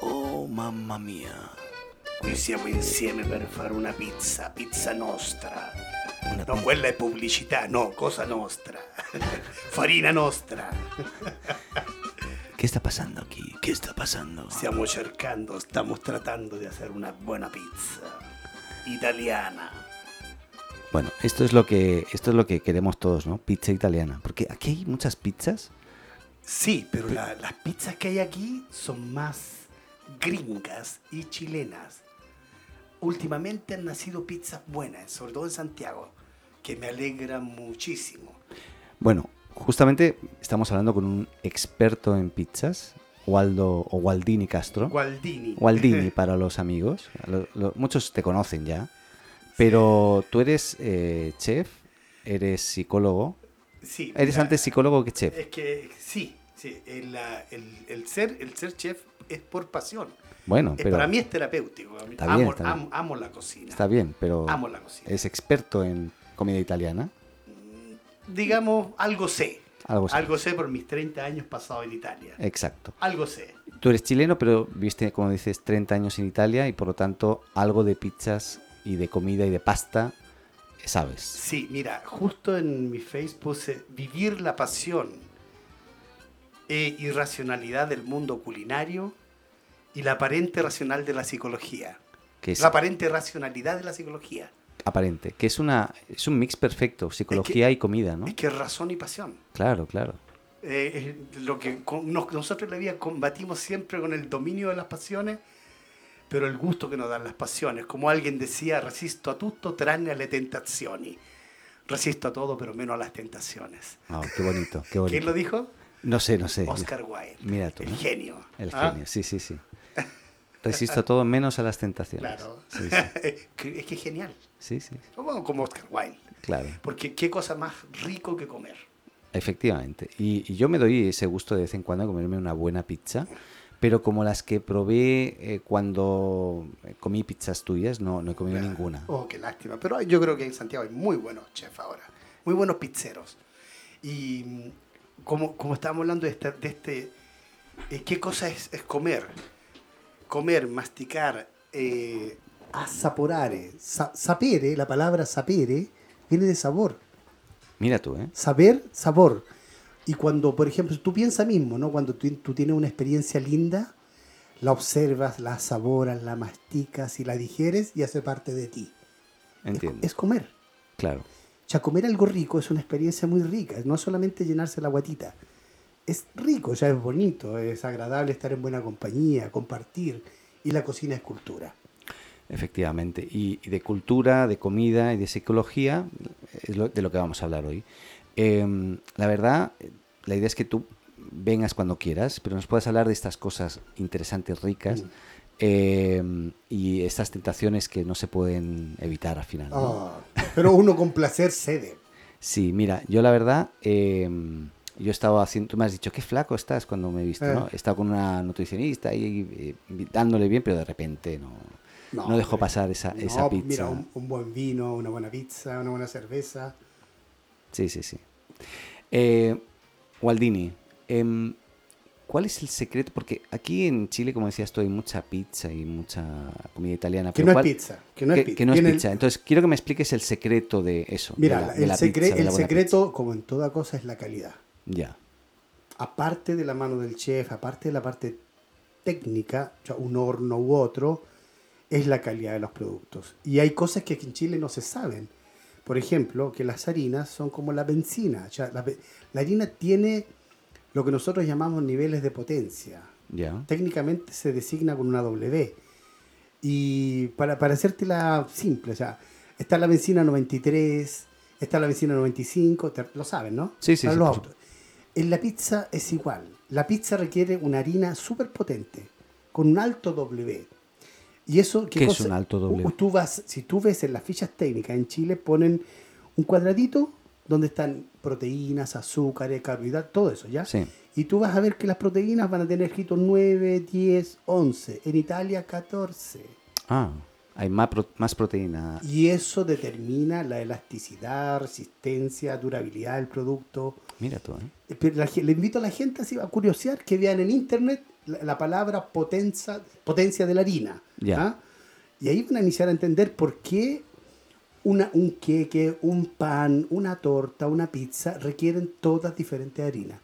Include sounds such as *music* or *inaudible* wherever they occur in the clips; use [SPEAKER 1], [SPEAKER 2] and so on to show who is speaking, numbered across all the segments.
[SPEAKER 1] Oh,
[SPEAKER 2] oggi siamo insieme per fare una pizza, pizza nostra. No, quella è pubblicità, no, cosa nostra. *laughs* Farina nostra.
[SPEAKER 1] ¿Qué está pasando aquí? ¿Qué está pasando?
[SPEAKER 2] Stiamo cercando, stiamo tratando di hacer una buona pizza. Italiana.
[SPEAKER 1] Bueno, esto es lo que esto es lo que queremos todos, ¿no? Pizza italiana, porque aquí hay muchas pizzas.
[SPEAKER 2] Sí, pero la- las pizzas que hay aquí son más gringas y chilenas. Últimamente han nacido pizzas buenas, sobre todo en Santiago, que me alegra muchísimo.
[SPEAKER 1] Bueno, justamente estamos hablando con un experto en pizzas, Waldo o Waldini Castro.
[SPEAKER 2] Gualdini. *laughs*
[SPEAKER 1] Waldini para los amigos. Lo- lo- muchos te conocen ya. Pero tú eres eh, chef, eres psicólogo.
[SPEAKER 2] Sí,
[SPEAKER 1] Eres
[SPEAKER 2] mira,
[SPEAKER 1] antes psicólogo que chef.
[SPEAKER 2] Es que sí, sí, el, ah, el- el ser, el ser chef es por pasión.
[SPEAKER 1] Bueno,
[SPEAKER 2] Es-
[SPEAKER 1] pero
[SPEAKER 2] Eh, para mí es terapéutico. A mí-
[SPEAKER 1] Está
[SPEAKER 2] Amo,
[SPEAKER 1] bien, está bien.
[SPEAKER 2] amo- amo la cocina.
[SPEAKER 1] está bien, pero
[SPEAKER 2] Amo la cocina.
[SPEAKER 1] es experto en comida italiana.
[SPEAKER 2] Digamos, algo sé.
[SPEAKER 1] Algo así.
[SPEAKER 2] Algo sé por mis 30 años pasados en Italia.
[SPEAKER 1] Eh. Exacto.
[SPEAKER 2] Algo sé.
[SPEAKER 1] Tú eres chileno, pero viste, como dices, 30 años en Italia y por lo tanto algo de pizzas y de comida y de pasta sabes.
[SPEAKER 2] Sí, mira, justo en mi face puse vivir la pasión e irracionalidad del mundo culinario y la aparente racional de la psicología.
[SPEAKER 1] Que es
[SPEAKER 2] La aparente racionalidad de la psicología.
[SPEAKER 1] aparente. Que es, una, es un mix perfecto, psicología y comida, ¿no?
[SPEAKER 2] Es que es razón y pasión.
[SPEAKER 1] Claro, claro.
[SPEAKER 2] Eh, es lo que con- nos- nosotros en la vida combatimos siempre con el dominio de las pasiones, pero el gusto que nos dan las pasiones. Como alguien decía, resisto a tutto tranne alle tentazioni. Resisto a todo, pero menos a las tentaciones.
[SPEAKER 1] Ah, qué bonito, qué bonito.
[SPEAKER 2] ¿Quién lo dijo?
[SPEAKER 1] No sé, no sé.
[SPEAKER 2] Oscar Wilde.
[SPEAKER 1] Mira tú,
[SPEAKER 2] El
[SPEAKER 1] ¿no?
[SPEAKER 2] genio.
[SPEAKER 1] El
[SPEAKER 2] ¿Ah?
[SPEAKER 1] genio, sí, sí,
[SPEAKER 2] *laughs*
[SPEAKER 1] sí. Resisto a todo menos a las tentaciones.
[SPEAKER 2] Claro.
[SPEAKER 1] Sí, sí,
[SPEAKER 2] *laughs* Que- es que es genial.
[SPEAKER 1] sí, sí,
[SPEAKER 2] Como, como Oscar Wilde.
[SPEAKER 1] claro.
[SPEAKER 2] Porque qué cosa más rico que comer.
[SPEAKER 1] Efectivamente. Y, y yo me doy ese gusto de vez en cuando de comerme una buena pizza, pero como las que probé eh, cuando comí pizzas tuyas, no, no he comido ninguna.
[SPEAKER 2] Oh, qué lástima. Pero yo creo que en Santiago hay muy buenos chefs ahora. Muy buenos pizzeros. Y mm, como, como estábamos hablando de este... De este eh, ¿Qué cosa es, es comer? Comer, masticar, eh, asaporare. Sa- sapere, la palabra sapere, viene de sabor.
[SPEAKER 1] Mira tú, ¿eh?
[SPEAKER 2] saber, sabor. Y cuando, por ejemplo, tú piensas mismo, ¿no? Cuando tú, tú tienes una experiencia linda, la observas, la saboras, la masticas y la digieres y hace parte de ti. Es-
[SPEAKER 1] Entiendo.
[SPEAKER 2] Es, comer.
[SPEAKER 1] Claro.
[SPEAKER 2] O sea, comer algo rico es una experiencia muy rica. No es solamente llenarse la guatita. Es rico, ya es bonito, es agradable estar en buena compañía, compartir. Y la cocina es cultura.
[SPEAKER 1] Efectivamente. Y, y de cultura, de comida y de psicología es lo- de lo que vamos a hablar hoy. Em, la verdad, la idea es que tú vengas cuando quieras, pero nos puedas hablar de estas cosas interesantes, ricas,
[SPEAKER 2] Mm.
[SPEAKER 1] em, y estas tentaciones que no se pueden evitar al final. ¿no?
[SPEAKER 3] Ah, pero uno con placer cede.
[SPEAKER 1] Sí, mira, yo la verdad, em, yo estaba haciendo, tú me has dicho, qué flaco estás cuando me he visto, ¿no?
[SPEAKER 3] Eh.
[SPEAKER 1] He estado con una nutricionista y eh, dándole bien, pero de repente no, no, dejó pasar esa,
[SPEAKER 3] No,
[SPEAKER 1] esa pizza.
[SPEAKER 3] Mira, un, un buen vino, una buena pizza, una buena cerveza.
[SPEAKER 1] Sí, sí, sí. Eh, Waldini, em, ¿cuál es el secreto? Porque aquí en Chile, como decías tú, hay mucha pizza y mucha comida italiana.
[SPEAKER 3] Que
[SPEAKER 1] pero
[SPEAKER 3] no
[SPEAKER 1] ¿cuál-
[SPEAKER 3] es pizza. Que no es
[SPEAKER 1] que-
[SPEAKER 3] pizza.
[SPEAKER 1] que no es
[SPEAKER 3] Tiene el-
[SPEAKER 1] pizza. Entonces, quiero que me expliques el secreto de eso. de
[SPEAKER 3] mira,
[SPEAKER 1] la- de
[SPEAKER 3] el,
[SPEAKER 1] la
[SPEAKER 3] secre-
[SPEAKER 1] pizza, de
[SPEAKER 3] el
[SPEAKER 1] la buena
[SPEAKER 3] secreto, como en toda cosa, es la calidad.
[SPEAKER 1] pizza. Ya,
[SPEAKER 3] Aparte de la mano del chef, aparte de la parte técnica, o sea, un horno u otro, es la calidad de los productos. Y hay cosas que aquí en Chile no se saben. Por ejemplo, que las harinas son como la benzina. O sea, la, be- la harina tiene lo que nosotros llamamos niveles de potencia.
[SPEAKER 1] ya.
[SPEAKER 3] técnicamente se designa con una W. Y para, para hacértela simple, o sea, está la benzina 93, está la benzina 95, te- lo saben, ¿no?
[SPEAKER 1] Sí, sí,
[SPEAKER 3] Para
[SPEAKER 1] sí,
[SPEAKER 3] los
[SPEAKER 1] por
[SPEAKER 3] autos. En la pizza es igual. La pizza requiere una harina súper potente, con un alto W. Y eso,
[SPEAKER 1] ¿Qué es un alto W?
[SPEAKER 3] U- Tú vas, si tú ves en las fichas técnicas en Chile, ponen un cuadradito donde están proteínas, azúcares, carbohidratos, todo eso, ¿ya?
[SPEAKER 1] Sí,
[SPEAKER 3] Y tú vas a ver que las proteínas van a tener escrito 9, 10, 11. En Italia 14.
[SPEAKER 1] ah, hay más, pro- más proteína.
[SPEAKER 3] Y eso determina la elasticidad, resistencia, durabilidad del producto.
[SPEAKER 1] Mira tú, ¿eh?
[SPEAKER 3] Eh, pero la ge- le invito a la gente así a curiosear que vean en internet la, la palabra potenza- potencia de la harina.
[SPEAKER 1] Ya.
[SPEAKER 3] ¿ah?
[SPEAKER 2] Y ahí van a iniciar a entender por qué una, un queque, un pan, una torta, una pizza requieren todas diferentes harinas.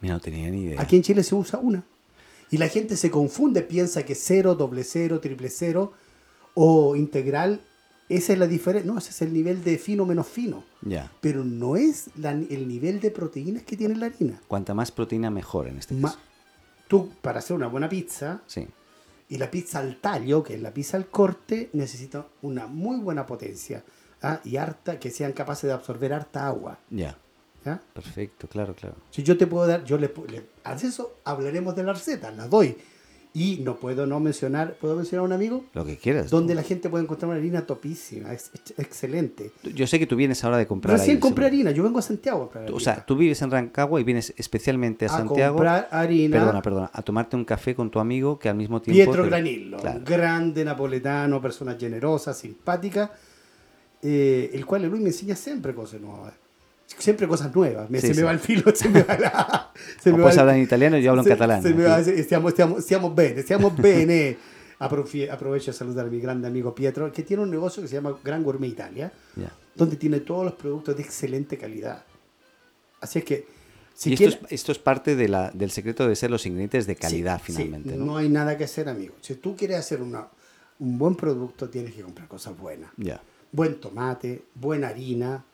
[SPEAKER 1] Mira, no tenía ni idea.
[SPEAKER 2] Aquí en Chile se usa una. Y la gente se confunde, piensa que cero, doble cero, triple cero o integral, esa es la diferencia. No, ese es el nivel de fino menos fino.
[SPEAKER 1] Ya.
[SPEAKER 2] Pero no es la- el nivel de proteínas que tiene la harina.
[SPEAKER 1] Cuanta más proteína, mejor en este
[SPEAKER 2] Ma-
[SPEAKER 1] caso.
[SPEAKER 2] tú, para hacer una buena pizza,
[SPEAKER 1] Sí.
[SPEAKER 2] y la pizza al tallo, que es la pizza al corte, necesita una muy buena potencia. ¿ah? Y harta, que sean capaces de absorber harta agua.
[SPEAKER 1] Ya.
[SPEAKER 2] ¿ya?
[SPEAKER 1] Perfecto, claro, claro.
[SPEAKER 2] Si yo te puedo dar, yo le, pu- le- a eso hablaremos de la receta, la doy. Y no puedo no mencionar, ¿puedo mencionar a un amigo?
[SPEAKER 1] Lo que quieras.
[SPEAKER 2] Donde la gente puede encontrar una harina topísima, ex- ex- excelente.
[SPEAKER 1] Tú- Yo sé que tú vienes ahora de comprar.
[SPEAKER 2] Recién
[SPEAKER 1] ahí,
[SPEAKER 2] compré
[SPEAKER 1] seguro.
[SPEAKER 2] harina, yo vengo a Santiago a comprar
[SPEAKER 1] Tú- O
[SPEAKER 2] harina.
[SPEAKER 1] sea, tú vives en Rancagua y vienes especialmente a,
[SPEAKER 2] a
[SPEAKER 1] Santiago.
[SPEAKER 2] comprar harina.
[SPEAKER 1] Perdona, perdona. A tomarte un café con tu amigo que al mismo tiempo.
[SPEAKER 2] Pietro
[SPEAKER 1] te-
[SPEAKER 2] Granillo,
[SPEAKER 1] Claro.
[SPEAKER 2] un grande napoletano, persona generosa, simpática, eh, el cual Luis me enseña siempre cosas nuevas. Siempre cosas nuevas. Me-
[SPEAKER 1] Sí,
[SPEAKER 2] se
[SPEAKER 1] sí.
[SPEAKER 2] me va el filo, se me
[SPEAKER 1] *laughs*
[SPEAKER 2] va la. Se
[SPEAKER 1] O
[SPEAKER 2] me
[SPEAKER 1] puedes
[SPEAKER 2] va el-
[SPEAKER 1] hablar en italiano y yo hablo
[SPEAKER 2] se-
[SPEAKER 1] en catalán.
[SPEAKER 2] Se me va,
[SPEAKER 1] aquí.
[SPEAKER 2] se- stiamo, stiamo- stiamo bene, stiamo bene. *laughs* Aprofi- Aprovecho a saludar a mi grande amigo Pietro, que tiene un negocio que se llama Gran Gourmet Italia,
[SPEAKER 1] Ya.
[SPEAKER 2] donde tiene todos los productos de excelente calidad. Así es que, si
[SPEAKER 1] y esto,
[SPEAKER 2] quieres.
[SPEAKER 1] es, esto es parte de la, del secreto de ser los ingredientes de calidad,
[SPEAKER 2] Sí, sí,
[SPEAKER 1] finalmente.
[SPEAKER 2] ¿no?
[SPEAKER 1] ¿no?
[SPEAKER 2] hay nada que hacer, amigo. Si tú quieres hacer una, un buen producto, tienes que comprar cosas buenas.
[SPEAKER 1] Ya.
[SPEAKER 2] Buen tomate, buena harina.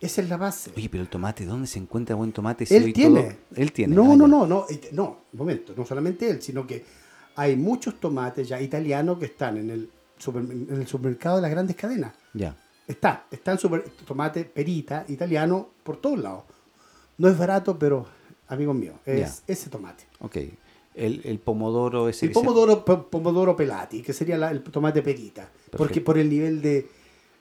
[SPEAKER 2] Esa es la base.
[SPEAKER 1] Oye, pero el tomate, ¿dónde se encuentra buen tomate? Si
[SPEAKER 2] él
[SPEAKER 1] hoy
[SPEAKER 2] tiene.
[SPEAKER 1] todo- Él tiene.
[SPEAKER 2] No,
[SPEAKER 1] ah,
[SPEAKER 2] no,
[SPEAKER 1] ya.
[SPEAKER 2] no, no, it- no, un momento, no solamente él, sino que hay muchos tomates ya italianos que están en el, supermer- en el supermercado de las grandes cadenas.
[SPEAKER 1] Ya.
[SPEAKER 2] Está, está el super- tomate perita italiano por todos lados. No es barato, pero, amigo mío, es ese tomate.
[SPEAKER 1] Ok. El, el pomodoro es
[SPEAKER 2] El pomodoro, po- pomodoro pelati, que sería la- el tomate perita, porque por el nivel de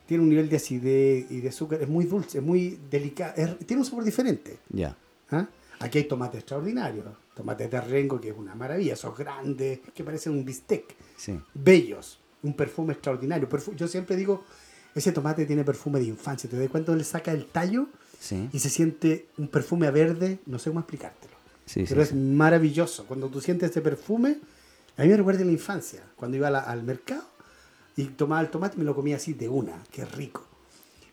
[SPEAKER 2] tiene un nivel de acidez y de azúcar, es muy dulce, es muy delicado, es- tiene un sabor diferente.
[SPEAKER 1] Ya.
[SPEAKER 2] ¿ah? Aquí hay tomates extraordinarios, tomates de rengo que es una maravilla, esos grandes que parecen un bistec,
[SPEAKER 1] Sí.
[SPEAKER 2] bellos, un perfume extraordinario. Perfu- yo siempre digo, ese tomate tiene perfume de infancia, te das cuenta cuando le saca el tallo
[SPEAKER 1] Sí.
[SPEAKER 2] y se siente un perfume a verde, no sé cómo explicártelo.
[SPEAKER 1] Sí, sí,
[SPEAKER 2] Pero es
[SPEAKER 1] sí.
[SPEAKER 2] maravilloso. Cuando tú sientes ese perfume, a mí me recuerda a la infancia, cuando iba a la- al mercado y tomaba el tomate y me lo comía así de una. Qué rico.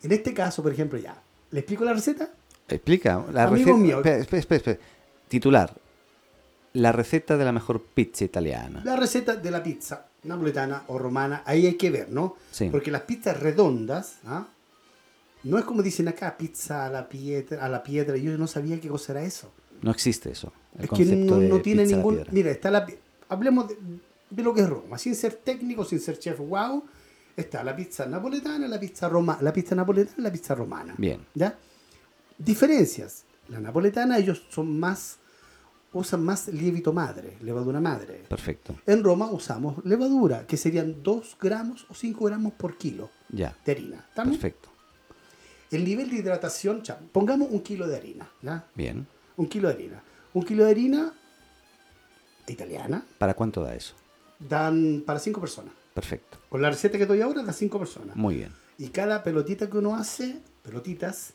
[SPEAKER 2] En este caso, por ejemplo, ya, ¿le explico la receta?
[SPEAKER 1] Explica. La
[SPEAKER 2] Amigo
[SPEAKER 1] receta.
[SPEAKER 2] mío.
[SPEAKER 1] Espera, espera, espera, espera. Titular. La receta de la mejor pizza italiana.
[SPEAKER 2] La receta de la pizza napoletana o romana, ahí hay que ver, ¿no?
[SPEAKER 1] Sí.
[SPEAKER 2] Porque las pizzas redondas, ¿ah? no es como dicen acá, pizza a la piedra, a la piedra. Yo no sabía qué cosa era eso.
[SPEAKER 1] No existe eso. El
[SPEAKER 2] es que
[SPEAKER 1] concepto
[SPEAKER 2] no,
[SPEAKER 1] de
[SPEAKER 2] no tiene
[SPEAKER 1] pizza a la
[SPEAKER 2] ningún.
[SPEAKER 1] piedra.
[SPEAKER 2] Mira, está la. pi- Hablemos de, de lo que es Roma. Sin ser técnico, sin ser chef, wow. Está la pizza napoletana, la pizza roma, la pizza napoletana y la pizza romana.
[SPEAKER 1] Bien.
[SPEAKER 2] ¿Ya? Diferencias. La napoletana, ellos son más. usan más lievito madre, levadura madre.
[SPEAKER 1] Perfecto.
[SPEAKER 2] En Roma usamos levadura, que serían 2 gramos o 5 gramos por kilo
[SPEAKER 1] Ya.
[SPEAKER 2] de harina. ¿También?
[SPEAKER 1] Perfecto.
[SPEAKER 2] El nivel de hidratación, ya, pongamos un kilo de harina. ¿ya?
[SPEAKER 1] Bien.
[SPEAKER 2] Un kilo de harina. Un kilo de harina italiana
[SPEAKER 1] ¿Para cuánto da eso?
[SPEAKER 2] dan para 5 personas.
[SPEAKER 1] Perfecto.
[SPEAKER 2] Con la receta que doy ahora, da 5 personas.
[SPEAKER 1] Muy bien.
[SPEAKER 2] Y cada pelotita que uno hace, pelotitas,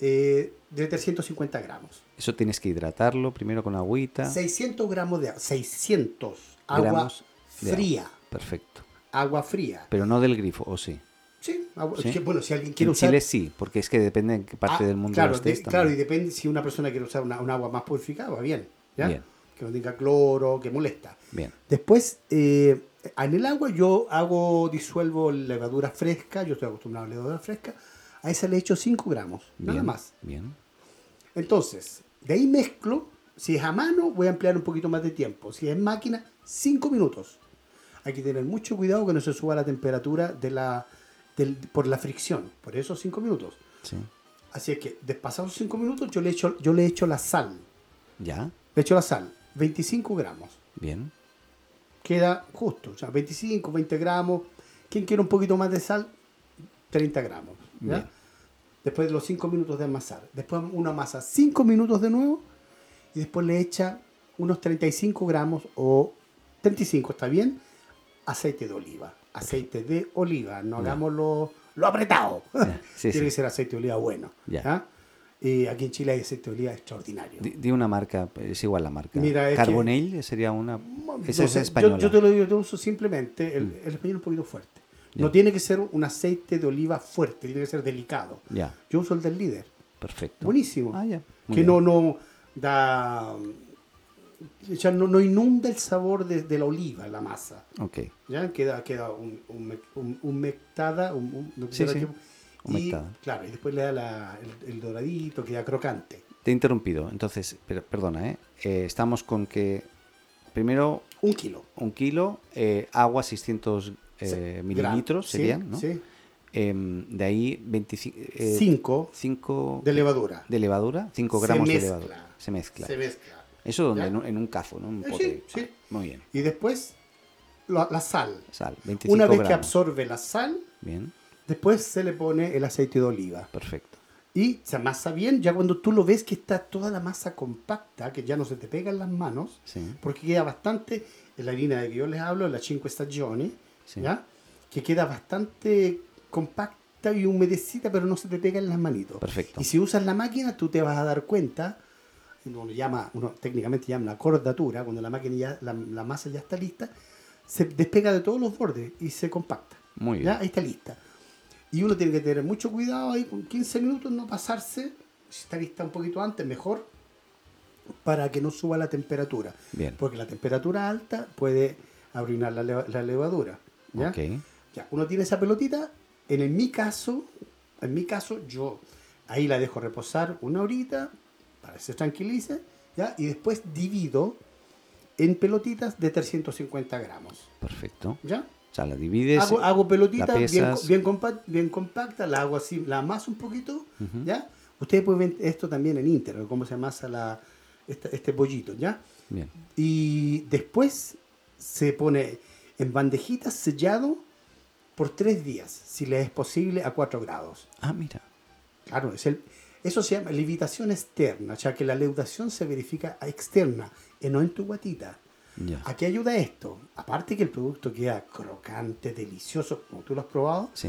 [SPEAKER 2] eh, de 350 gramos.
[SPEAKER 1] Eso tienes que hidratarlo primero con agüita.
[SPEAKER 2] 600 gramos de agua. 600. Agua
[SPEAKER 1] Gramos de agua.
[SPEAKER 2] fría.
[SPEAKER 1] Perfecto.
[SPEAKER 2] Agua fría.
[SPEAKER 1] Pero no del grifo, ¿o sí.
[SPEAKER 2] Sí, agua-
[SPEAKER 1] ¿Sí?
[SPEAKER 2] que, bueno, si alguien quiere
[SPEAKER 1] En
[SPEAKER 2] usar...
[SPEAKER 1] Chile sí, porque es que depende en qué parte
[SPEAKER 2] Ah,
[SPEAKER 1] del mundo
[SPEAKER 2] claro,
[SPEAKER 1] estés
[SPEAKER 2] de-
[SPEAKER 1] también.
[SPEAKER 2] claro, y depende si una persona quiere usar una, un agua más purificada, va bien, ¿ya?
[SPEAKER 1] Bien.
[SPEAKER 2] Que no tenga cloro, que molesta.
[SPEAKER 1] Bien,
[SPEAKER 2] Después, eh, en el agua yo hago, disuelvo levadura fresca, yo estoy acostumbrado a levadura fresca, a esa le echo 5 gramos, nada
[SPEAKER 1] bien,
[SPEAKER 2] más.
[SPEAKER 1] Bien.
[SPEAKER 2] Entonces, de ahí mezclo, si es a mano voy a emplear un poquito más de tiempo, si es máquina, 5 minutos. Hay que tener mucho cuidado que no se suba la temperatura de la, del- por la fricción, por eso 5 minutos.
[SPEAKER 1] Sí.
[SPEAKER 2] Así es que, despasados 5 minutos, yo le, echo, yo le echo la sal.
[SPEAKER 1] Ya,
[SPEAKER 2] Le echo la sal, 25 gramos.
[SPEAKER 1] bien.
[SPEAKER 2] Queda justo, o sea, 25, 20 gramos. Quien quiere un poquito más de sal, 30 gramos. ¿ya?
[SPEAKER 1] Bien.
[SPEAKER 2] Después de los 5 minutos de amasar. Después uno amasa 5 minutos de nuevo y después le echa unos 35 gramos o 35, ¿está bien? Aceite de oliva. Aceite de oliva, no
[SPEAKER 1] Ya.
[SPEAKER 2] hagamos lo, lo apretado.
[SPEAKER 1] Ya, sí,
[SPEAKER 2] *laughs* Tiene
[SPEAKER 1] sí.
[SPEAKER 2] que ser aceite de oliva bueno.
[SPEAKER 1] Ya.
[SPEAKER 2] ¿ah? eh, aquí en Chile hay aceitolía extraordinario.
[SPEAKER 1] Di, di una marca, es igual la marca.
[SPEAKER 2] Mira, es que-
[SPEAKER 1] Carbonell sería una. Esa
[SPEAKER 2] No
[SPEAKER 1] es
[SPEAKER 2] sé, yo-
[SPEAKER 1] española. Mm.
[SPEAKER 2] Yo, te lo digo, yo uso simplemente el, el español un poquito fuerte. No
[SPEAKER 1] Ya.
[SPEAKER 2] tiene que ser un aceite de oliva fuerte, tiene que ser delicado.
[SPEAKER 1] Ya,
[SPEAKER 2] Yo uso el del líder.
[SPEAKER 1] perfecto.
[SPEAKER 2] Buenísimo.
[SPEAKER 1] Ah, ya. Muy
[SPEAKER 2] Que
[SPEAKER 1] bien.
[SPEAKER 2] no, no da. Ya no, no inunda el sabor de, de la oliva en la masa.
[SPEAKER 1] Ok.
[SPEAKER 2] ¿Ya? Queda, queda un, un, mec- un- humectada. Un, un- no quisiera
[SPEAKER 1] sí.
[SPEAKER 2] que- y,
[SPEAKER 1] Humectada.
[SPEAKER 2] claro, y después le da la- el, el doradito, queda crocante.
[SPEAKER 1] Te he interrumpido. Entonces, per- perdona, ¿eh? Eh, Estamos con que. Primero,
[SPEAKER 2] Un kilo.
[SPEAKER 1] un kilo, eh, agua 600 eh,
[SPEAKER 2] Se-
[SPEAKER 1] mililitros
[SPEAKER 2] gra- sí,
[SPEAKER 1] serían, ¿no?
[SPEAKER 2] sí.
[SPEAKER 1] Em, de ahí 25. eh,
[SPEAKER 2] Cinco
[SPEAKER 1] cinco
[SPEAKER 2] de levadura.
[SPEAKER 1] de levadura, 5
[SPEAKER 2] Se
[SPEAKER 1] gramos
[SPEAKER 2] mezcla.
[SPEAKER 1] de levadura. Se mezcla.
[SPEAKER 2] Se mezcla.
[SPEAKER 1] Eso donde
[SPEAKER 2] ¿Ya?
[SPEAKER 1] en un, en un cazo, ¿no? Un
[SPEAKER 2] Eh,
[SPEAKER 1] pote. Ah,
[SPEAKER 2] sí, sí.
[SPEAKER 1] Muy bien.
[SPEAKER 2] Y después la, la sal.
[SPEAKER 1] Sal, 25
[SPEAKER 2] Una vez que
[SPEAKER 1] Este gramos.
[SPEAKER 2] absorbe la sal,
[SPEAKER 1] Bien,
[SPEAKER 2] después se le pone el aceite de oliva.
[SPEAKER 1] perfecto.
[SPEAKER 2] Y se amasa bien, ya cuando tú lo ves que está toda la masa compacta, que ya no se te pega en las manos,
[SPEAKER 1] Sí.
[SPEAKER 2] porque queda bastante, en la harina de que yo les hablo, la 5 stagioni,
[SPEAKER 1] Sí.
[SPEAKER 2] ¿ya? que queda bastante compacta y humedecida, pero no se te pega en las manitos.
[SPEAKER 1] Perfecto.
[SPEAKER 2] Y si usas la máquina, tú te vas a dar cuenta, uno le llama, uno técnicamente llama la cordatura, cuando la máquina ya, la, la masa ya está lista, se despega de todos los bordes y se compacta.
[SPEAKER 1] Muy bien.
[SPEAKER 2] ¿ya? Ahí está lista. Y uno tiene que tener mucho cuidado ahí con 15 minutos, no pasarse. Si está lista un poquito antes, mejor. Para que no suba la temperatura.
[SPEAKER 1] Bien.
[SPEAKER 2] Porque la temperatura alta puede arruinar la, leva- la levadura. ¿ya?
[SPEAKER 1] Ok.
[SPEAKER 2] Ya, uno tiene esa pelotita. En, el- mi caso, en mi caso, yo ahí la dejo reposar una horita para que se tranquilice. ¿ya? Y después divido en pelotitas de 350 gramos.
[SPEAKER 1] Perfecto.
[SPEAKER 2] ¿Ya?
[SPEAKER 1] O sea, la divides.
[SPEAKER 2] hago, hago pelotita
[SPEAKER 1] la
[SPEAKER 2] bien,
[SPEAKER 1] pesas.
[SPEAKER 2] bien, compa- bien compacta, la hago así, la amaso un poquito,
[SPEAKER 1] Ujú.
[SPEAKER 2] ¿ya? Ustedes pueden ver esto también en internet, cómo se amasa la, esta- este pollito, ¿ya?
[SPEAKER 1] Bien.
[SPEAKER 2] Y después se pone en bandejitas sellado por tres días, si le es posible, a 4 grados.
[SPEAKER 1] Ah, mira.
[SPEAKER 2] Claro, es el, eso se llama levitación externa, ya que la leudación se verifica a externa, y no en tu guatita.
[SPEAKER 1] Ya.
[SPEAKER 2] ¿A qué ayuda esto? Aparte que el producto queda crocante, delicioso, como tú lo has probado,
[SPEAKER 1] Sí.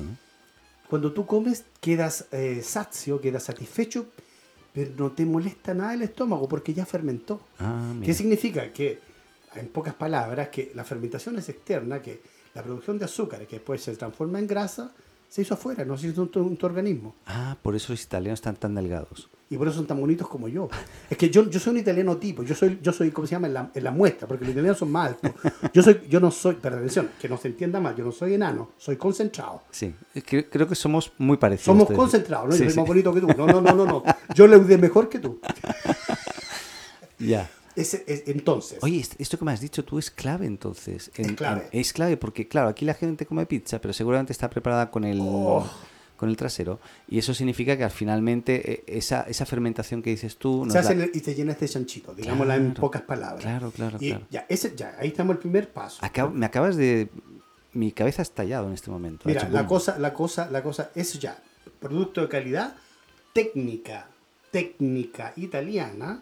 [SPEAKER 2] cuando tú comes quedas eh, sacio, quedas satisfecho, pero no te molesta nada el estómago porque ya fermentó.
[SPEAKER 1] Ah, mira.
[SPEAKER 2] ¿Qué significa? Que, en pocas palabras, que la fermentación es externa, que la producción de azúcar, que después se transforma en grasa, se hizo afuera, no se hizo en tu, en tu organismo.
[SPEAKER 1] Ah, por eso los italianos están tan delgados.
[SPEAKER 2] Y por eso son tan bonitos como yo. Es que yo, yo soy un italiano tipo, yo soy, yo soy ¿cómo se llama? En la, en la muestra, porque los italianos son más altos. Yo, soy, yo no soy, pero atención, que no se entienda mal, yo no soy enano, soy concentrado.
[SPEAKER 1] Sí. Es que- creo que somos muy parecidos.
[SPEAKER 2] Somos
[SPEAKER 1] ustedes.
[SPEAKER 2] concentrados, ¿no?
[SPEAKER 1] Sí,
[SPEAKER 2] yo soy
[SPEAKER 1] sí. *laughs*
[SPEAKER 2] más bonito que tú. No, no, no, no, no. Yo leudé mejor que tú.
[SPEAKER 1] Ya.
[SPEAKER 2] Ese- es- entonces,
[SPEAKER 1] Oye, est- esto que me has dicho tú es clave entonces. En- en-
[SPEAKER 2] clave.
[SPEAKER 1] es clave porque, claro, aquí la gente come pizza, pero seguramente está preparada con el,
[SPEAKER 2] Oh.
[SPEAKER 1] con el trasero. Y eso significa que al finalmente eh, esa, esa fermentación que dices tú... nos
[SPEAKER 2] se
[SPEAKER 1] la-
[SPEAKER 2] hace el- y se llena este chanchito, digámosla en
[SPEAKER 1] Claro,
[SPEAKER 2] pocas palabras.
[SPEAKER 1] claro, claro,
[SPEAKER 2] Y
[SPEAKER 1] claro. Ah,
[SPEAKER 2] Ya, ese, ya, ahí estamos el primer paso.
[SPEAKER 1] Acab- me acabas de... Mi cabeza ha estallado en este momento. Ha
[SPEAKER 2] Mira,
[SPEAKER 1] hecho
[SPEAKER 2] la
[SPEAKER 1] boom.
[SPEAKER 2] cosa, la cosa, la cosa, eso ya, producto de calidad, técnica, técnica italiana.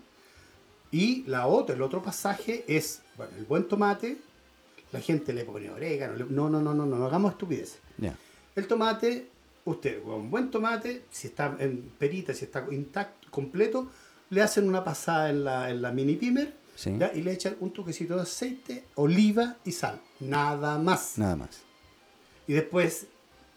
[SPEAKER 2] Y la otra, el otro pasaje es, bueno, el buen tomate, la gente le pone orégano, le- no, no, no, no, no, no hagamos estupideces.
[SPEAKER 1] Ya.
[SPEAKER 2] El tomate, usted con buen tomate, si está en perita, si está intacto, completo, le hacen una pasada en la, en la mini pimer
[SPEAKER 1] Sí.
[SPEAKER 2] ¿ya? y le echan un toquecito de aceite, oliva y sal. Nada más.
[SPEAKER 1] Nada más.
[SPEAKER 2] Y después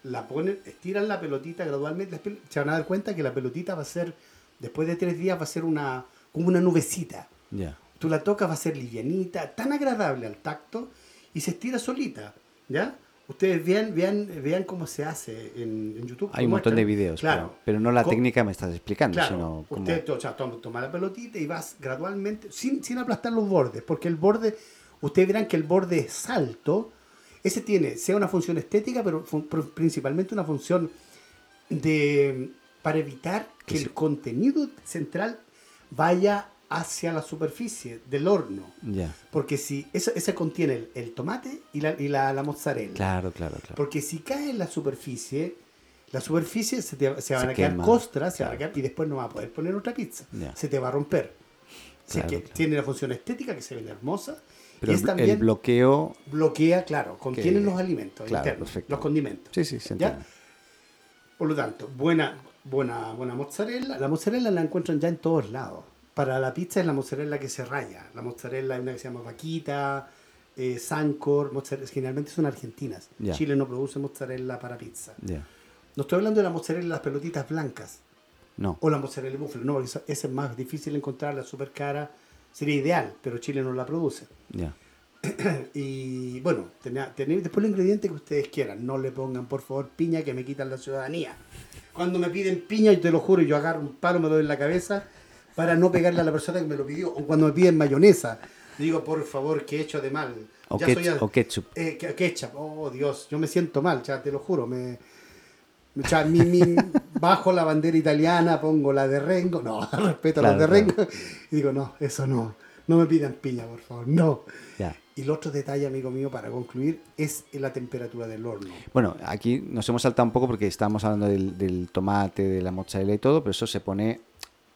[SPEAKER 2] la ponen, estiran la pelotita gradualmente. las pel- Se van a dar cuenta que la pelotita va a ser, después de tres días, va a ser una, como una nubecita.
[SPEAKER 1] Ya.
[SPEAKER 2] Tú la tocas, va a ser livianita, tan agradable al tacto y se estira solita, ¿ya? Ustedes vean, vean, vean cómo se hace en, en YouTube.
[SPEAKER 1] Hay
[SPEAKER 2] lo
[SPEAKER 1] un montón de
[SPEAKER 2] muestran.
[SPEAKER 1] videos,
[SPEAKER 2] claro.
[SPEAKER 1] pero, pero no la
[SPEAKER 2] Co-
[SPEAKER 1] técnica me estás explicando,
[SPEAKER 2] Claro,
[SPEAKER 1] sino como...
[SPEAKER 2] usted o sea, toma, toma la pelotita y vas gradualmente, sin, sin aplastar los bordes, porque el borde, ustedes verán que el borde es alto, ese tiene, sea una función estética, pero fun- pr- principalmente una función de para evitar que
[SPEAKER 1] Sí.
[SPEAKER 2] el contenido central vaya hacia la superficie del horno.
[SPEAKER 1] Ya.
[SPEAKER 2] Porque si eso, ese contiene el, el tomate y la, y la, la mozzarella.
[SPEAKER 1] Claro, claro, claro.
[SPEAKER 2] Porque si cae en la superficie, la superficie se, te- se van
[SPEAKER 1] Se
[SPEAKER 2] a quedar
[SPEAKER 1] quema,
[SPEAKER 2] costras, se van a
[SPEAKER 1] claro.
[SPEAKER 2] quedar- y después no va a poder poner otra pizza.
[SPEAKER 1] Ya.
[SPEAKER 2] Se te va a romper. Así
[SPEAKER 1] Claro,
[SPEAKER 2] que
[SPEAKER 1] claro.
[SPEAKER 2] tiene la función estética que se ve hermosa.
[SPEAKER 1] Pero
[SPEAKER 2] y es
[SPEAKER 1] el, el
[SPEAKER 2] también
[SPEAKER 1] bloqueo...
[SPEAKER 2] bloquea, claro, contiene
[SPEAKER 1] Que-
[SPEAKER 2] los alimentos
[SPEAKER 1] claro,
[SPEAKER 2] internos,
[SPEAKER 1] perfecto.
[SPEAKER 2] los condimentos.
[SPEAKER 1] Sí, sí, se
[SPEAKER 2] ¿Ya?
[SPEAKER 1] entiende.
[SPEAKER 2] Por lo tanto, buena, buena, buena mozzarella. La mozzarella la encuentran ya en todos lados. Para la pizza es la mozzarella que se raya. La mozzarella hay una que se llama vaquita, eh, Sancor, mozzarella, generalmente son argentinas.
[SPEAKER 1] Ya.
[SPEAKER 2] Chile no produce mozzarella para pizza.
[SPEAKER 1] Ya.
[SPEAKER 2] No estoy hablando de la mozzarella, las pelotitas blancas
[SPEAKER 1] No.
[SPEAKER 2] o la mozzarella búfalo, no, porque esa esa es más difícil encontrarla, súper cara, sería ideal, pero Chile no la produce.
[SPEAKER 1] Ya.
[SPEAKER 2] Y bueno, tenía- tenéis después los ingredientes que ustedes quieran. No le pongan, por favor, piña que me quitan la ciudadanía. Cuando me piden piña, yo te lo juro, yo agarro un palo, me lo doy en la cabeza para no pegarle a la persona que me lo pidió. O cuando me piden mayonesa, digo, por favor, que he hecho de mal.
[SPEAKER 1] O,
[SPEAKER 2] Ya
[SPEAKER 1] ketch-
[SPEAKER 2] soy a-
[SPEAKER 1] o ketchup.
[SPEAKER 2] eh, que- ketchup, oh Dios, yo me siento mal, ya te lo juro. Me, ya, mi- mi- bajo la bandera italiana, pongo la de Rengo, no, *laughs* respeto a
[SPEAKER 1] Claro,
[SPEAKER 2] los de
[SPEAKER 1] claro.
[SPEAKER 2] Rengo, y digo, no, eso no, no me pidan piña, por favor, no.
[SPEAKER 1] Ya.
[SPEAKER 2] Y el otro detalle, amigo mío, para concluir, es la temperatura del horno.
[SPEAKER 1] Bueno, aquí nos hemos saltado un poco porque estábamos hablando del, del tomate, de la mozzarella y todo, pero eso se pone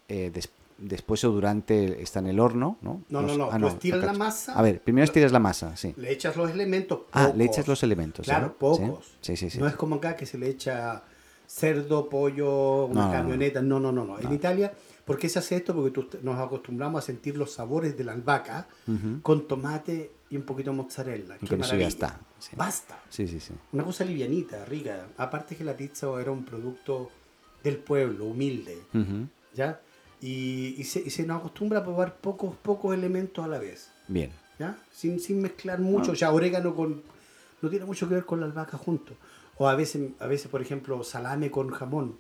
[SPEAKER 1] eh, des- después o durante, está en el horno, ¿no?
[SPEAKER 2] No, no, no, tú estiras la
[SPEAKER 1] cacho.
[SPEAKER 2] masa.
[SPEAKER 1] A ver, primero estiras la masa, sí.
[SPEAKER 2] Le echas los elementos.
[SPEAKER 1] Ah, le
[SPEAKER 2] pocos.
[SPEAKER 1] echas los elementos.
[SPEAKER 2] Claro,
[SPEAKER 1] ¿no?
[SPEAKER 2] pocos.
[SPEAKER 1] Sí, sí, sí. sí.
[SPEAKER 2] No es como acá que se le echa cerdo, pollo,
[SPEAKER 1] No,
[SPEAKER 2] una
[SPEAKER 1] no, no.
[SPEAKER 2] camioneta. No, no, no, no. En
[SPEAKER 1] No.
[SPEAKER 2] Italia, ¿por qué se hace esto? Porque tú- nos acostumbramos a sentir los sabores de la albahaca
[SPEAKER 1] Ujú.
[SPEAKER 2] con tomate y un poquito de mozzarella. Qué
[SPEAKER 1] Con eso ya
[SPEAKER 2] maravilla.
[SPEAKER 1] está. Sí.
[SPEAKER 2] Basta.
[SPEAKER 1] sí, sí, sí.
[SPEAKER 2] Una cosa livianita, rica. Aparte que la pizza era un producto del pueblo, humilde.
[SPEAKER 1] Ujú.
[SPEAKER 2] ¿ya? Y, y se, y se nos acostumbra a probar pocos, pocos elementos a la vez,
[SPEAKER 1] Bien.
[SPEAKER 2] ¿ya? Sin, sin mezclar
[SPEAKER 1] Ah.
[SPEAKER 2] mucho, ya orégano con... No tiene mucho que ver con la albahaca junto. O a veces, a veces por ejemplo, salame con jamón.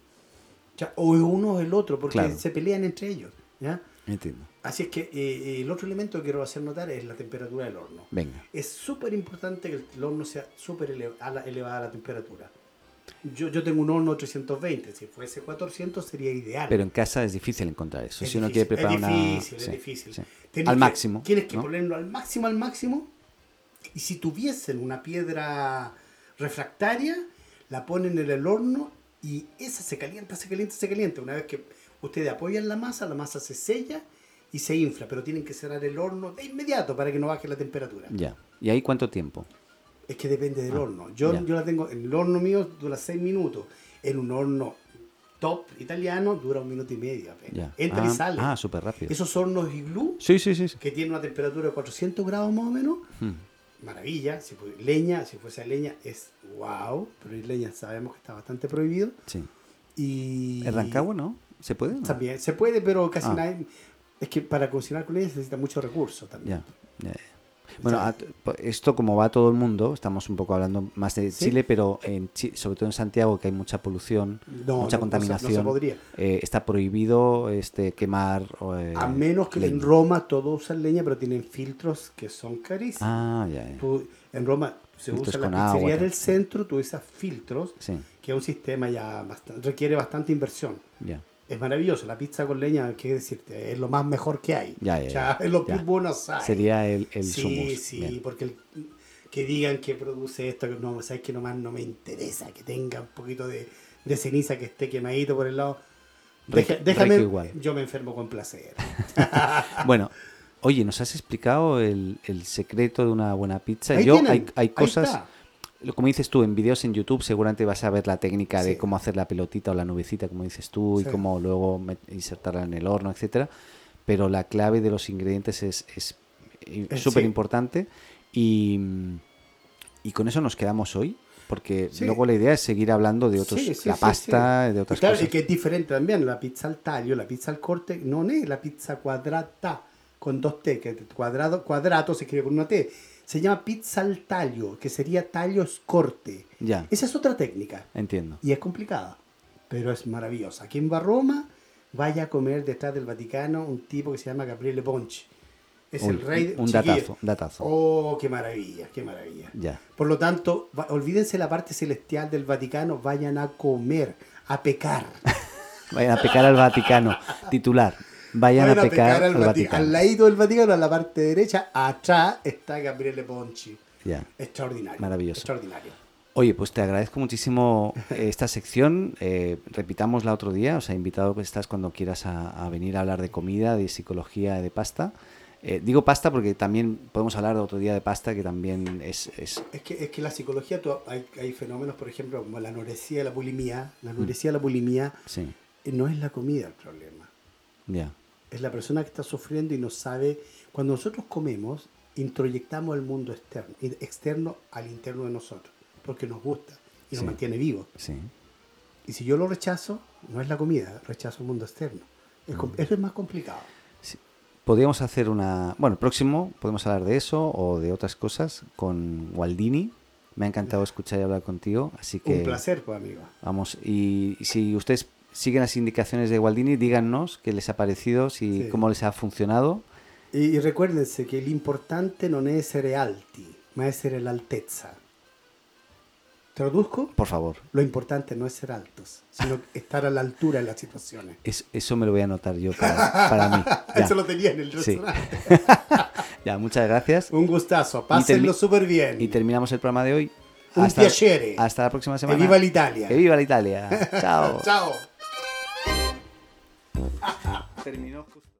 [SPEAKER 2] ya, O es uno o el otro, porque
[SPEAKER 1] Claro.
[SPEAKER 2] se pelean entre ellos, ¿ya?
[SPEAKER 1] Entiendo.
[SPEAKER 2] Así es que eh, eh, el otro elemento que quiero hacer notar es la temperatura del horno.
[SPEAKER 1] Venga.
[SPEAKER 2] Es súper importante que el horno sea súper ele- a la- elevada la temperatura. Yo, yo tengo un horno 320, si fuese 400 sería ideal.
[SPEAKER 1] Pero en casa es difícil encontrar eso.
[SPEAKER 2] Es
[SPEAKER 1] si uno
[SPEAKER 2] difícil,
[SPEAKER 1] quiere preparar
[SPEAKER 2] es
[SPEAKER 1] una.
[SPEAKER 2] difícil, es
[SPEAKER 1] sí,
[SPEAKER 2] difícil.
[SPEAKER 1] sí.
[SPEAKER 2] Tenés
[SPEAKER 1] Al
[SPEAKER 2] que-
[SPEAKER 1] máximo.
[SPEAKER 2] Tienes que
[SPEAKER 1] ¿no?
[SPEAKER 2] ponerlo al máximo, al máximo. Y si tuviesen una piedra refractaria, la ponen en el horno y esa se calienta, se calienta, se calienta. Una vez que ustedes apoyan la masa, la masa se sella y se infla, pero tienen que cerrar el horno de inmediato para que no baje la temperatura.
[SPEAKER 1] Ya. ¿Y ahí cuánto tiempo?
[SPEAKER 2] Es que depende del
[SPEAKER 1] Ah,
[SPEAKER 2] horno. Yo,
[SPEAKER 1] ya.
[SPEAKER 2] yo la tengo, en el horno mío dura 6 minutos. En un horno top italiano dura un minuto y medio. apenas.
[SPEAKER 1] Ya.
[SPEAKER 2] Entra
[SPEAKER 1] ah,
[SPEAKER 2] y sale.
[SPEAKER 1] Ah, súper rápido.
[SPEAKER 2] Esos hornos iglú
[SPEAKER 1] Sí, sí, sí. sí.
[SPEAKER 2] que tiene una temperatura de 400 grados más o menos,
[SPEAKER 1] Mm.
[SPEAKER 2] maravilla, si fue- leña, si fuese leña es wow, pero en leña sabemos que está bastante prohibido.
[SPEAKER 1] Sí.
[SPEAKER 2] Y
[SPEAKER 1] ¿El Rancagua no? ¿Se puede? o no?
[SPEAKER 2] También, se puede, pero casi
[SPEAKER 1] Ah.
[SPEAKER 2] nadie... Es que para cocinar con leña se necesita mucho recurso también.
[SPEAKER 1] Ya, ya, ya. Bueno, a- po- esto como va todo el mundo, estamos un poco hablando más de
[SPEAKER 2] Sí.
[SPEAKER 1] Chile, pero en Chi- sobre todo en Santiago, que hay mucha polución,
[SPEAKER 2] No,
[SPEAKER 1] mucha
[SPEAKER 2] no, no se- no se
[SPEAKER 1] contaminación,
[SPEAKER 2] podría.
[SPEAKER 1] eh, está prohibido este, quemar. o, eh,
[SPEAKER 2] A menos que en
[SPEAKER 1] leña.
[SPEAKER 2] Roma todos usan leña, pero tienen filtros que son carísimos.
[SPEAKER 1] Ah, ya, ya.
[SPEAKER 2] Tú- en Roma se
[SPEAKER 1] Filtros
[SPEAKER 2] usa la
[SPEAKER 1] con agua,
[SPEAKER 2] pizzería
[SPEAKER 1] tal.
[SPEAKER 2] del centro, tú usas filtros,
[SPEAKER 1] Sí,
[SPEAKER 2] que es un sistema ya bastante- requiere bastante inversión.
[SPEAKER 1] ya.
[SPEAKER 2] Es maravilloso, la pizza con leña, qué decirte, es lo más mejor que hay.
[SPEAKER 1] Ya, ya,
[SPEAKER 2] O sea,
[SPEAKER 1] ya,
[SPEAKER 2] es lo
[SPEAKER 1] ya.
[SPEAKER 2] más bueno hay.
[SPEAKER 1] Sería el, el
[SPEAKER 2] sí,
[SPEAKER 1] hummus,
[SPEAKER 2] sí,
[SPEAKER 1] bien.
[SPEAKER 2] *laughs* porque el- que digan que produce esto, que no, sabes que nomás no me interesa, que tenga un poquito de, de ceniza que esté quemadito por el lado. Deja-
[SPEAKER 1] Rico-
[SPEAKER 2] déjame,
[SPEAKER 1] rico igual.
[SPEAKER 2] yo me enfermo con placer.
[SPEAKER 1] Bueno, oye, nos has explicado el, el secreto de una buena pizza.
[SPEAKER 2] Ahí
[SPEAKER 1] Yo,
[SPEAKER 2] tienen,
[SPEAKER 1] hay, hay
[SPEAKER 2] ahí
[SPEAKER 1] cosas.
[SPEAKER 2] está.
[SPEAKER 1] Lo- Como dices tú, en videos en YouTube seguramente vas a ver la técnica de
[SPEAKER 2] Sí.
[SPEAKER 1] cómo hacer la pelotita o la nubecita, como dices tú, y
[SPEAKER 2] Sí.
[SPEAKER 1] cómo luego met- insertarla en el horno, etcétera. Pero la clave de los ingredientes es es, eh,
[SPEAKER 2] Eh,
[SPEAKER 1] súper
[SPEAKER 2] sí.
[SPEAKER 1] importante. Y, y con eso nos quedamos hoy, porque
[SPEAKER 2] Sí.
[SPEAKER 1] luego la idea es seguir hablando de otros,
[SPEAKER 2] Sí, sí,
[SPEAKER 1] la
[SPEAKER 2] sí,
[SPEAKER 1] pasta,
[SPEAKER 2] sí.
[SPEAKER 1] de
[SPEAKER 2] Y
[SPEAKER 1] otras
[SPEAKER 2] claro,
[SPEAKER 1] cosas.
[SPEAKER 2] y que es diferente también, la pizza al taglio, la pizza al corte, no es la pizza cuadrata con dos T, que cuadrado, cuadrato se escribe con una T. Se llama pizza al taglio, que sería taglios corte.
[SPEAKER 1] Ya,
[SPEAKER 2] Esa es otra técnica
[SPEAKER 1] entiendo.
[SPEAKER 2] y es complicada, pero es maravillosa. Quien va a Roma, vaya a comer detrás del Vaticano un tipo que se llama Gabriele Ponce. Es
[SPEAKER 1] Uy,
[SPEAKER 2] el rey de
[SPEAKER 1] un
[SPEAKER 2] chiquillo.
[SPEAKER 1] datazo, un datazo.
[SPEAKER 2] Oh, qué maravilla, qué maravilla.
[SPEAKER 1] Ya,
[SPEAKER 2] Por lo tanto, va- olvídense la parte celestial del Vaticano, vayan a comer, a pecar.
[SPEAKER 1] vayan a pecar al Vaticano, titular. Vayan, a pecar, al
[SPEAKER 2] Vati-
[SPEAKER 1] Vaticano.
[SPEAKER 2] Al lado del Vaticano, a la parte derecha, atrás está Gabriele Ponchi.
[SPEAKER 1] Ya.
[SPEAKER 2] Extraordinario.
[SPEAKER 1] Maravilloso.
[SPEAKER 2] Extraordinario.
[SPEAKER 1] Oye, pues te agradezco muchísimo eh, esta sección. Eh, repitámosla otro día. Os he invitado que estás cuando quieras a, a venir a hablar de comida, de psicología, de pasta. Eh, digo pasta porque también podemos hablar de otro día de pasta que también es... es-
[SPEAKER 2] Es que, es que la psicología, tú- hay, hay fenómenos, por ejemplo, como la anorexia, la bulimia.
[SPEAKER 1] Mm.
[SPEAKER 2] La anorexia, la bulimia,
[SPEAKER 1] sí,
[SPEAKER 2] eh, no es la comida el problema.
[SPEAKER 1] ya.
[SPEAKER 2] Es la persona que está sufriendo y no sabe. Cuando nosotros comemos, introyectamos el mundo externo, i- externo al interno de nosotros, porque nos gusta y nos
[SPEAKER 1] Sí.
[SPEAKER 2] mantiene vivos.
[SPEAKER 1] Sí,
[SPEAKER 2] Y si yo lo rechazo, no es la comida, rechazo el mundo externo. Es com-
[SPEAKER 1] Mm.
[SPEAKER 2] Eso es más complicado.
[SPEAKER 1] sí. Podríamos hacer una... Bueno, próximo podemos hablar de eso o de otras cosas con Waldini. Me ha encantado escuchar y hablar contigo, así que...
[SPEAKER 2] Un placer, pues, amigo.
[SPEAKER 1] Vamos, y si ustedes siguen las indicaciones de Waldini, díganos qué les ha parecido, si
[SPEAKER 2] Sí.
[SPEAKER 1] cómo les ha funcionado.
[SPEAKER 2] Y, y recuérdense que el importante non è essere alti, ma essere l'altezza. Traduzco,
[SPEAKER 1] Por favor,
[SPEAKER 2] lo importante no es ser altos, sino estar a la altura de las situaciones.
[SPEAKER 1] es- eso me lo voy a anotar yo
[SPEAKER 2] *laughs*
[SPEAKER 1] para, para mí. *laughs* Ya.
[SPEAKER 2] Eso lo tenía en el
[SPEAKER 1] Sí.
[SPEAKER 2] restaurante.
[SPEAKER 1] Ya, muchas gracias.
[SPEAKER 2] Un gustazo, pásenlo súper bien.
[SPEAKER 1] Y terminamos el programa de hoy.
[SPEAKER 2] Un piacere.
[SPEAKER 1] Hasta la próxima
[SPEAKER 2] e
[SPEAKER 1] semana.
[SPEAKER 2] viva l'Italia.
[SPEAKER 1] Que viva la
[SPEAKER 2] *laughs*
[SPEAKER 1] Italia. Chao.
[SPEAKER 2] Chao.
[SPEAKER 1] Terminó justo.